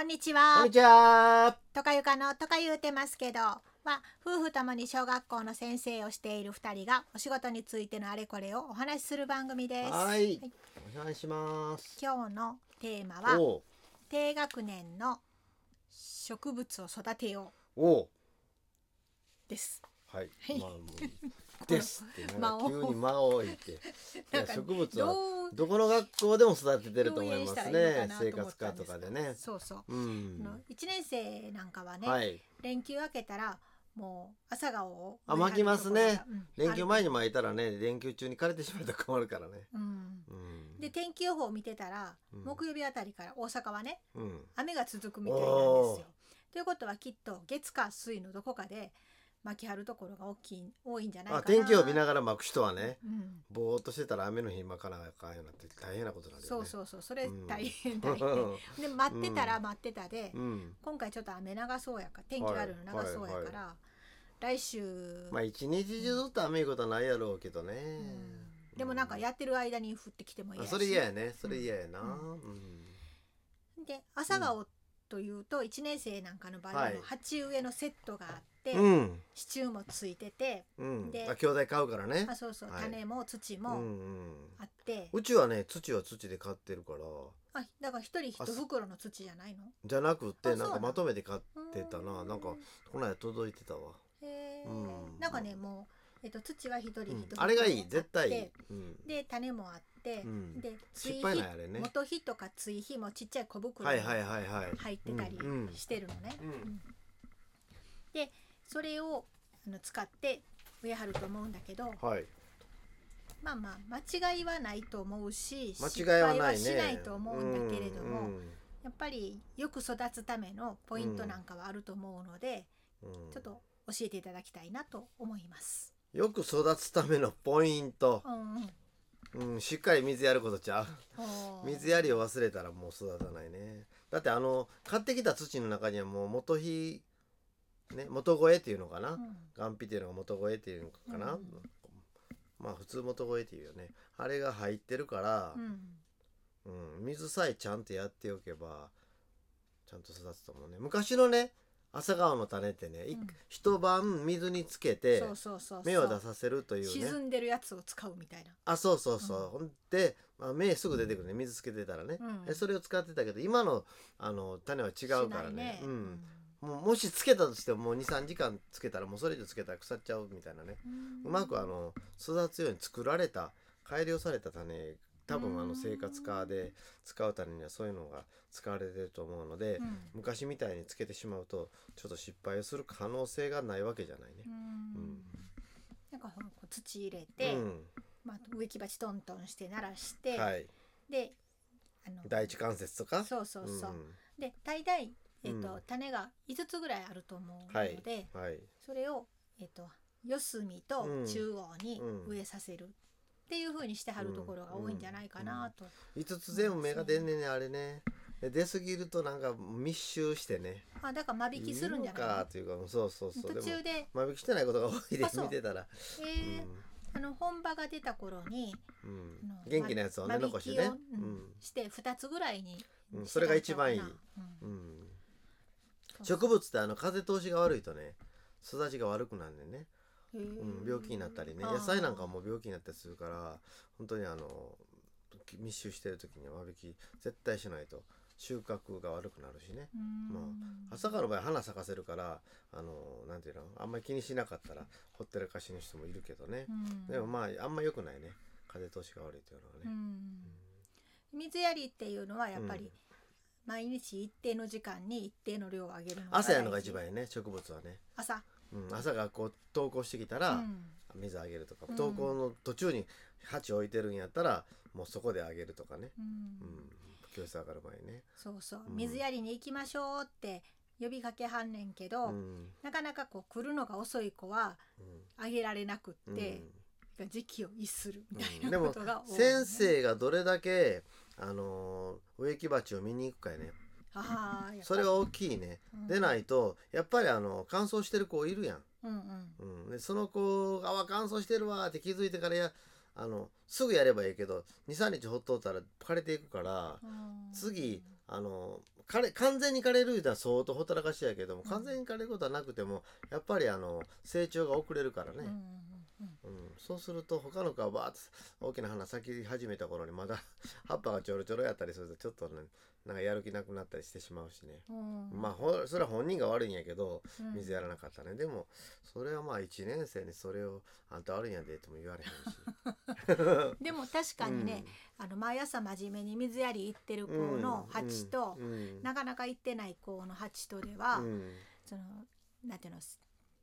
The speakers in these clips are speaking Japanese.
んにちこんはに。ちは。とかゆかのとか言うてますけど、まあ、夫婦ともに小学校の先生をしている二人がお仕事についてのあれこれをお話しする番組です。はいお願いします。今日のテーマはおう低学年の植物を育てよおううです。はいはい。まあもうですって な間んかを急に間を置いて。い なやんか植物はどうどこの学校でも育ててると思表い現しまたらすいいのかねな。生と思った活科んでとすかでね。そうそう。うあのん。一年生なんかはね、はい。連休明けたらもう朝顔をあ巻きますね。うん連休前に巻いたらね、連休中に枯れてしまうと困るからね。うん。うん。で天気予報を見てたら、うん木曜日あたりから大阪はねうん。雨が続くみたいなんですおーよ。ということはきっと月火水のどこかで巻き張るところが大きい多いんじゃないかな。あ、天気を見ながら巻く人はね、うん、ぼーっとしてたら雨の日巻かなあかんようになって大変なことになるよね。そうそうそうそれうん大変大変。 で待ってたら待ってたで、うん。今回ちょっと雨長そうやから天気悪いの長そうやから、はいはい来週、まあ一日中ずっと雨いうことはないやろうけどねう。ん、でもなんかやってる間に降ってきてもいいあやしそれ嫌やねそれ嫌やな、ううんで朝顔というと1年生なんかの場合ははいもう鉢植えのセットがあって、うん支柱もついてて、うんであ兄弟買うからねあそうそうはい種も土うんうもんあって、うちはね土は土で買ってるからあだから一人一袋の土じゃないのじゃなくあてそうななんんかまとめて買っうん出たななんかこないだ届いてたわ、へーうんなんかねもう、えっと、土は一人一うん袋あれがいあっいて絶対いい、うんで種もあって、うんで追失肥敗ないあれね元肥とか追肥もちっちゃい小袋はにいはいはいはい入ってたりうんうんしてるのね。うんでそれをあの使って植えはると思うんだけど、はいまあまあ間違いはないと思うし失間違い敗はないねしないと思うんだけれども、うんやっぱりよく育つためのポイントなんかはあると思うので、うんちょっと教えていただきたいなと思います。よく育つためのポイントう、んうんうん、しっかり水やることちゃうおー水やりを忘れたらもう育たないねだってあの買ってきた土の中にはもう元肥ね元肥っていうのかな、うん岩皮っていうのが元肥っていうのかな、うんまあ普通元肥っていうよねあれが入ってるからう、んうん水さえちゃんとやっておけばちゃんと育つと思うね昔のね朝顔の種ってね、いうん一晩水につけてそうそうそうそう芽を出させるというね沈んでるやつを使うみたいな。あそうそうそう、うんほんで、まあ、芽すぐ出てくるね水つけてたらね、うんえそれを使ってたけど今のあの種は違うからしねないうんもうもしつけたとしてももう23時間つけたらもうそれ以上つけたら腐っちゃうみたいなね、うんうまくあの育つように作られた改良された種多分あうのん生活科で使う種にはそういうのが使われてると思うので、うん昔みたいにつけてしまうとちょっと失敗をする可能性がないわけじゃないねう。んんなんかほんこう土入れて、うまあ、植木鉢トントンして鳴らして、んはい、であの第一関節とかそうそうそう、んで大体、えっとうん種が5つぐらいあると思うのはいで、はい、それを、えっと四隅とうん中央にうん植えさせるっていうふうにしてはるところが多いんじゃないかなと、 5つ全部芽が出んねんねあれねで出すぎるとなんか密集してねあだから間引きするんじゃいいのなかというかそうそういそうで途も中で、間引きしてないことが多いであそう見てたら、えーあの本場が出た頃にうんうんあの元気なやつをね間引残しきてを、ね、ううんんして2つぐらいにしてたんちゃうかな、うんそれが一番いいうんうん、そうそう植物ってあの風通しが悪いとね育ちが悪くなるんでね、へーうん、病気になったりねあー野菜なんかも病気になったりするから本当にあの密集してる時には間引き絶対しないと収穫が悪くなるしねうーんま朝顔の場合花咲かせるからあのなんていうのあんまり気にしなかったらほったらかしの人もいるけどねう、んでもまああんま良くないね風通しが悪いというのはうね、ん水やりっていうのはやっぱうんり毎日一定の時間に一定の量をあげるの大事朝やるのが一番いいね植物はね、朝うん、朝学校登校してきたうらん水あげるとか、うん登校の途中に鉢置いてるんやったらもうそこであげるとかね、ううんん、教室上がる前にね、そうそううん水やりに行きましょうって呼びかけはんねんけうど、んなかなかこう来るのが遅い子はあげられなくうっんて、時期を逸するみたうんいでなもことが多いね、先生がどれだけ、あのー植木鉢を見に行くかやねあーやっぱそれは大きいねでな、いとやっぱりあの乾燥してる子いるやん、うんうんうん、でその子があ乾燥してるわーって気づいてからやあのすぐやればいいけど23日ほっとったら枯れていくからうん、次あの枯れ完全に枯れるいうのは相当ほったらかしやけども、完全に枯れることはなくてもやっぱりあの成長が遅れるからうんうね、んうんうんそうすると他の子はバーッと大きな花咲き始めた頃にまだ葉っぱがちょろちょろやったりするとちょっとねなんかやる気なくなったりしてしまうしね、うんうんまあほそれは本人が悪いんやけどうん水やらなかったね、でもそれはまあ1年生にそれをあんた悪いんやでとも言われへんしでも 確かにね、あの毎朝真面目に水やり行ってる子の蜂と、うんうんなかなか行ってない子の蜂とでは、うんそのなんていうの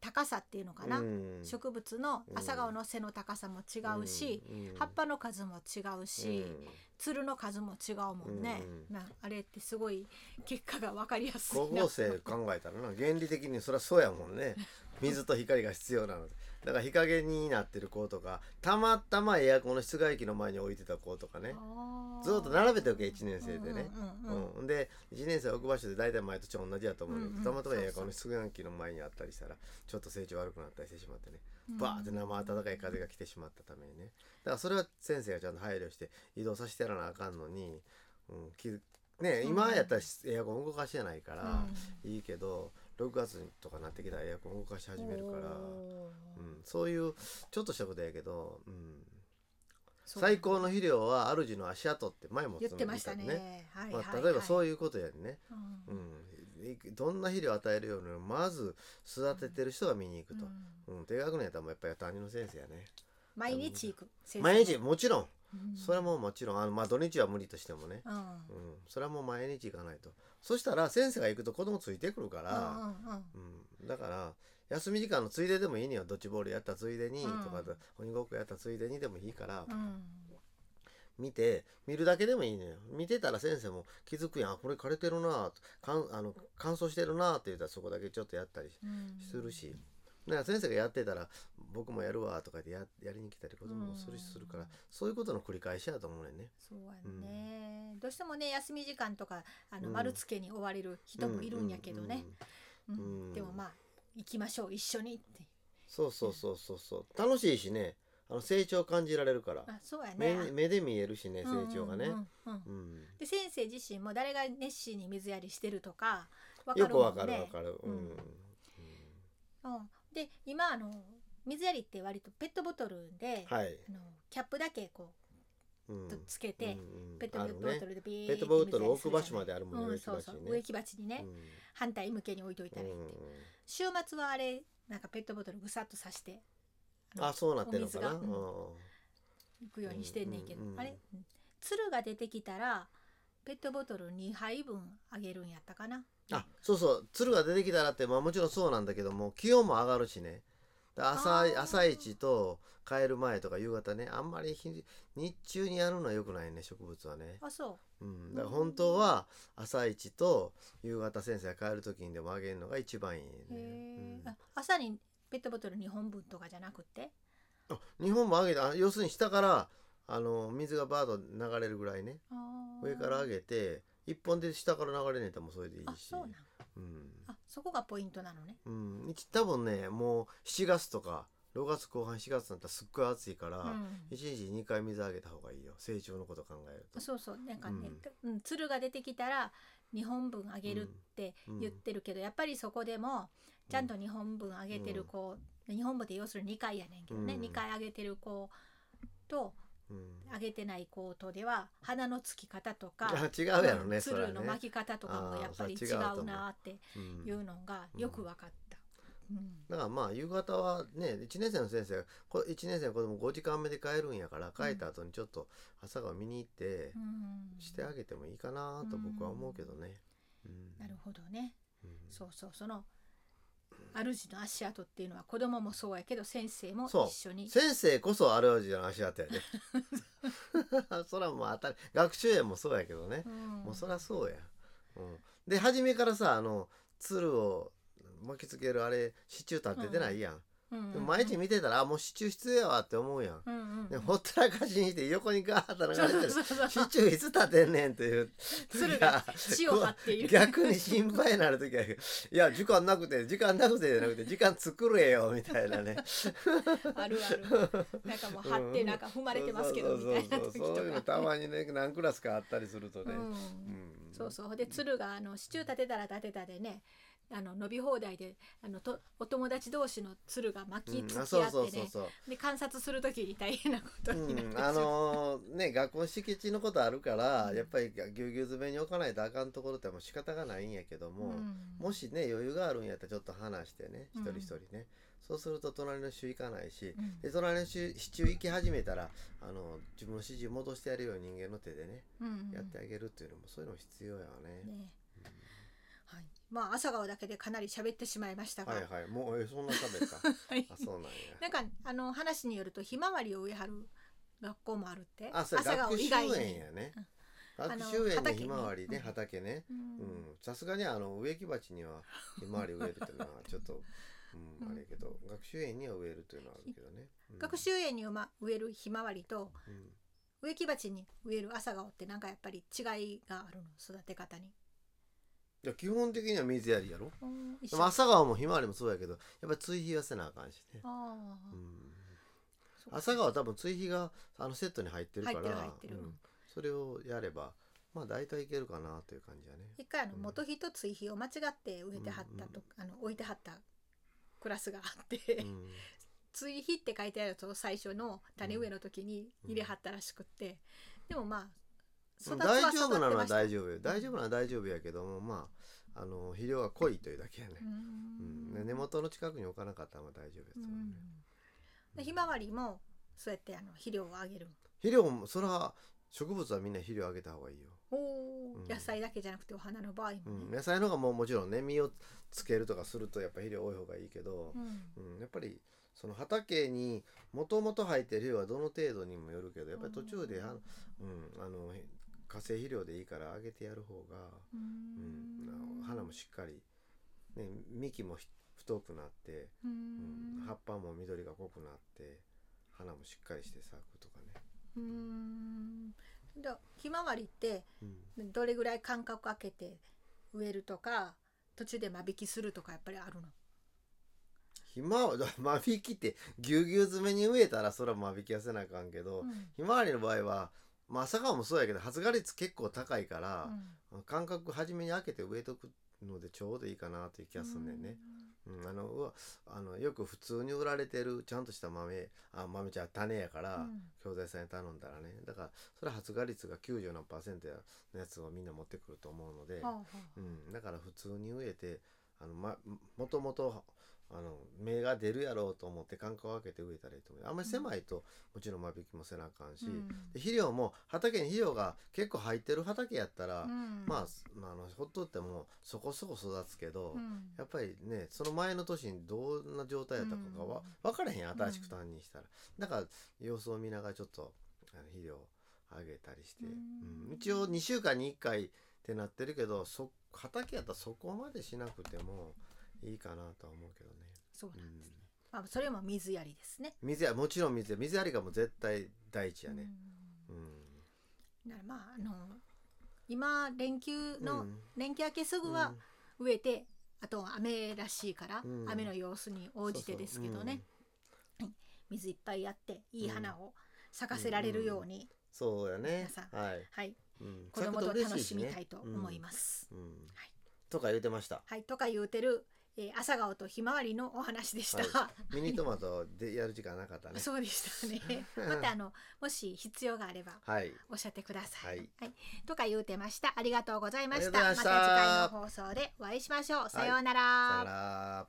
高さっていうのかな、うん植物の朝顔の背の高さも違うし、うん葉っぱの数も違うし、うんつるの数も違うもんね、うんなあれってすごい結果が分かりやすい高校生考えたらな原理的にそりゃそうやもんね 水と光が必要なのでだから日陰になってる子とかたまたまエアコンの室外機の前に置いてた子とかねずっと並べておけ1年生でね、ううんうんうんんで1年生置く場所で大体毎年同じやと思うねんうんだうんけど、たまたまエアそうそコうンの室外機の前にあったりしたらちょっと成長悪くなったりしてしまってねうんバーって生暖かい風が来てしまったためにねだからそれは先生がちゃんと配慮して移動させてやらなあかんのに、うんきね、今やったらエアコン動かしてないから。いいけど6月とかなってきたらエアコン動かし始めるから、おーうん、そういうちょっとしたことやけど、うん、そう最高の肥料は主の足跡って前も言ってましたねその言い方はいまはい、あ、例えばそうういうことやね、いうんうん、いどんな肥料を与えるよりもまず育ててる人が見に行くとう、んうん低学年やったらもうやっぱり担任の先生やね毎日行く先生毎日もちろんうんそれはもうもちろんあの、まあ、土日は無理としてもね、うんうんうん、それはもう毎日行かないとそしたら先生が行くと子供ついてくるから、うんうんうん、だから休み時間のついででもいいのよドッジボールやったついでにとうんか、鬼ごっこやったついでにでもいいから、うん見て見るだけでもいいのよ見てたら先生も気づくやんあこれ枯れてるなあとかんあの乾燥してるなあって言ったらそこだけちょっとやったりうんするし、だから先生がやってたら僕もやるわとかでややりに来たり子供もするうしんするから、そういうことの繰り返しやと思うねんね。そうやね、どうしてもね休み時間とかあの丸つけに追われる人もいるんやけどうんねう、んうんうんでもまあ行きましょう一緒にってそうそうそうそうそう楽しいしねあの成長感じられるから、あそうやね目に目で見えるしねあうん成長がね。うんうんうんうんで先生自身も誰が熱心に水やりしてるとかわよくもわんかるねわかる。ううんん。うん、で今あの水やりって割とペットボトルで、はい。あのキャップだけこうんうとつけて、ペットあボるトね。ルでビーペっッてト水やボりトル置すくるじゃない場所まであるもんうん、ね植木そうそう鉢に植ね。木鉢にね、うん反対向けに置いといたらいいって、週末はあれなんかペットボトルぐさっと刺してうんあ、そうなってるのかおな。水がうんうんいくようにしてんねんけど、うんうんうんあれうん鶴が出てきたらペットボトル2杯分あげるんやったかなあ、そうそう。鶴が出てきたらってまあもちろんそうなんだけども気温も上がるしね。だ朝あー朝一と帰る前とか夕方ねあんまり日日中にやるのは良くないね植物はね。あそうん、だから本当は朝一と夕方先生が帰る時にでもあげるのが一番いいね、うへえ、うんあ朝にペットボトル2本分とかじゃなくてあ日本もあげたあ要するに下からあの水がバーッと流れるぐらいね上からあげげて一本で下から流れねえともうそれでいいあしそうなんうんあそこがポイントなのねうん、一多分ねもう7月とか6月後半4月になったらすっごい暑いから、うん一1日2回水あげた方がいいよ成長のこと考えると。そうそうなんかねうん、うん鶴が出てきたら2本分あげるって言ってるけど、やっぱりそこでもちゃんと2本分あげてる子、日本分で要するに2回やねんけどね、うん2回あげてる子とうんあげてない子とでは花のつき方とか、 あ違うやろうねんそれは鶴ねの巻き方とかもやっぱりあー違それは違うと思ううなってうんいうのがよく分かった。うんだからまあ夕方はね1年生の先生こ1年生の子供5時間目で帰るんやから帰った後にちょっと朝顔見に行ってうんしてあげてもいいかなと僕は思うけどね。うんなるほどね。うんそうそうその主の足跡っていうのは子供もそうやけど先生もそう一緒に先生こそあるじゃの足跡やで。 そらもう当たり学習園もそうやけどね、うんもうそらそうや。うん、で初めからさあの鶴を巻きつけるあれ支柱立ててないやん。うんうんうんでも毎日見てたらあもう支柱必要やわって思うやん、うんうんうんでほったらかしにして横にガーッと流れ てるそうそうそうそう支柱いつ立てんねんっていう鶴が地を張っている逆に心配になる時は「いや時間なくて時間なくて」じゃなくて「時間作れよ」みたいなねあるあるなんかもう張ってなんか踏まれてますけどみたいなそう時そとうそうそういうのかたまにね何クラスかあったりするとうね、んんそうそうで鶴があの支柱立てたら立てたでねあの伸び放題であのとお友達同士の鶴が巻きうんつあきそ合うそうってそうねそうで観察する時に大変なことに なってうん、あのーね学校の敷地のことあるから、やっぱりぎゅうぎゅう詰めに置かないとあかんところってもう仕方がないんやけども、もししね余裕があるんやったらちょっと話してねう一ん人一人ね、そうすると隣の州行かないし、で隣の州支柱行き始めたらあの自分の指示戻してやるように人間の手でね、やってあげるっていうのもそういうのも必要やわね。ねはい、まあ朝顔だけでかなり喋ってしまいましたが、はいはいもうえそんな 食べたはいあそうなんや。なんかあの話によるとひまわりを植えはる学校もあるってあそう朝や顔学以習外園に、やね。あの学習園で畑ねひまわりねうん畑ね。うんうんさすがにあの植木鉢にはひまわり植えるっていうのはちょっと、う、うんんあれやけど学習園には植えるっていうのはあるけどね。うん学、習園にま植えるひまわりとうん植木鉢に植える朝顔ってなんかやっぱり違いがあるの育て方に。いや基本的には水やりやろ。うん一で緒も朝顔もひまわりもそうやけどやっぱり追肥はせなあかんしね。ああうんそうか朝顔は多分追肥があのセットに入ってるから入ってる入ってるうんそれをやればまあ大体いけるかなという感じやね。一回あのうん元肥と追肥を間違って植えてはったと、あの置いてはったクラスがあって、うん 追肥って書いてあるやつを最初の種植えの時に入れはったらしくって、でもまあ育つは大育ってまし丈た夫なのは大丈夫よ大丈夫なのは大丈夫やけどもまああの肥料が濃いというだけやね、ううんんで根元の近くに置かなかったらまあ大丈夫ですうよね、んでひまわりもそうやってあの肥料をあげる肥料もそら植物はみんな肥料あげた方がいいよ、おーうん野菜だけじゃなくてお花の場合もね、うん、野菜の方がもうもちろんね実をつけるとかするとやっぱ肥料多い方がいいけどう、んうん、やっぱりその畑にもともと入ってる肥料はどの程度にもよるけどやっぱり途中であの、うん、あの化成肥料でいいからあげてやる方がううんん、花もしっかり、ね、幹もひ太くなって、ううんん葉っぱも緑が濃くなって花もしっかりして咲くとかね、うんでひまわりってうんどれぐらい間隔空けて植えるとか途中で間引きするとかやっぱりあるのひまわり間引きってぎゅうぎゅう詰めに植えたらそら間引きはせなあかんけど、うんひまわりの場合は、まあ、朝顔もそうやけど発芽率結構高いかうら、ん間隔初めに開けて植えとくのでちょうどいいかなという気がすんねんね。うん、あのうわあのよく普通に売られてるちゃんとした豆あ豆じゃ種やから、うん教材さんに頼んだらねだからそれは発芽率が90何パーセントのやつをみんな持ってくると思うので、はあはあうん、だから普通に植えてあの、ま、もともとあの芽が出るやろうと思って間隔を空けて植えたらいいと思うあんまり狭いともちろん間引きもせなあかんし、うんで肥料も畑に肥料が結構入ってる畑やったら、うんまああのほっとってもそこそこ育つけど。うんやっぱりねその前の年にどんな状態だったかがわ、分からへん新しく担任したら、だから様子を見ながらちょっとあの肥料あげたりして、うんうん一応2週間に1回ってなってるけどそ畑やったらそこまでしなくてもいいかなとは思うけどね、そううなんまん、あそれも水やりですね水やもちろん水や水やりがもう絶対第一やね、うんうんだからまああの今連休の、うん連休明けすぐは植えて、あと雨らしいから、うん雨の様子に応じてですけどね、水いっぱいやっていい花を咲かせられるように、そうやね皆さんはい、はいうん子供と楽しみたいと思いす、ます。うんうんはいとか言うてましたはいとか言うてる、えー朝顔とひまわりのお話でした。はミニトマトでやる時間なかった ね。そうでしたね。 またあのもし必要があればはい。おっしゃってください。はいとか言うてました。ありがとうございました。ありがとうございましたた次回の放送でお会いしましょう。さようならさよなら。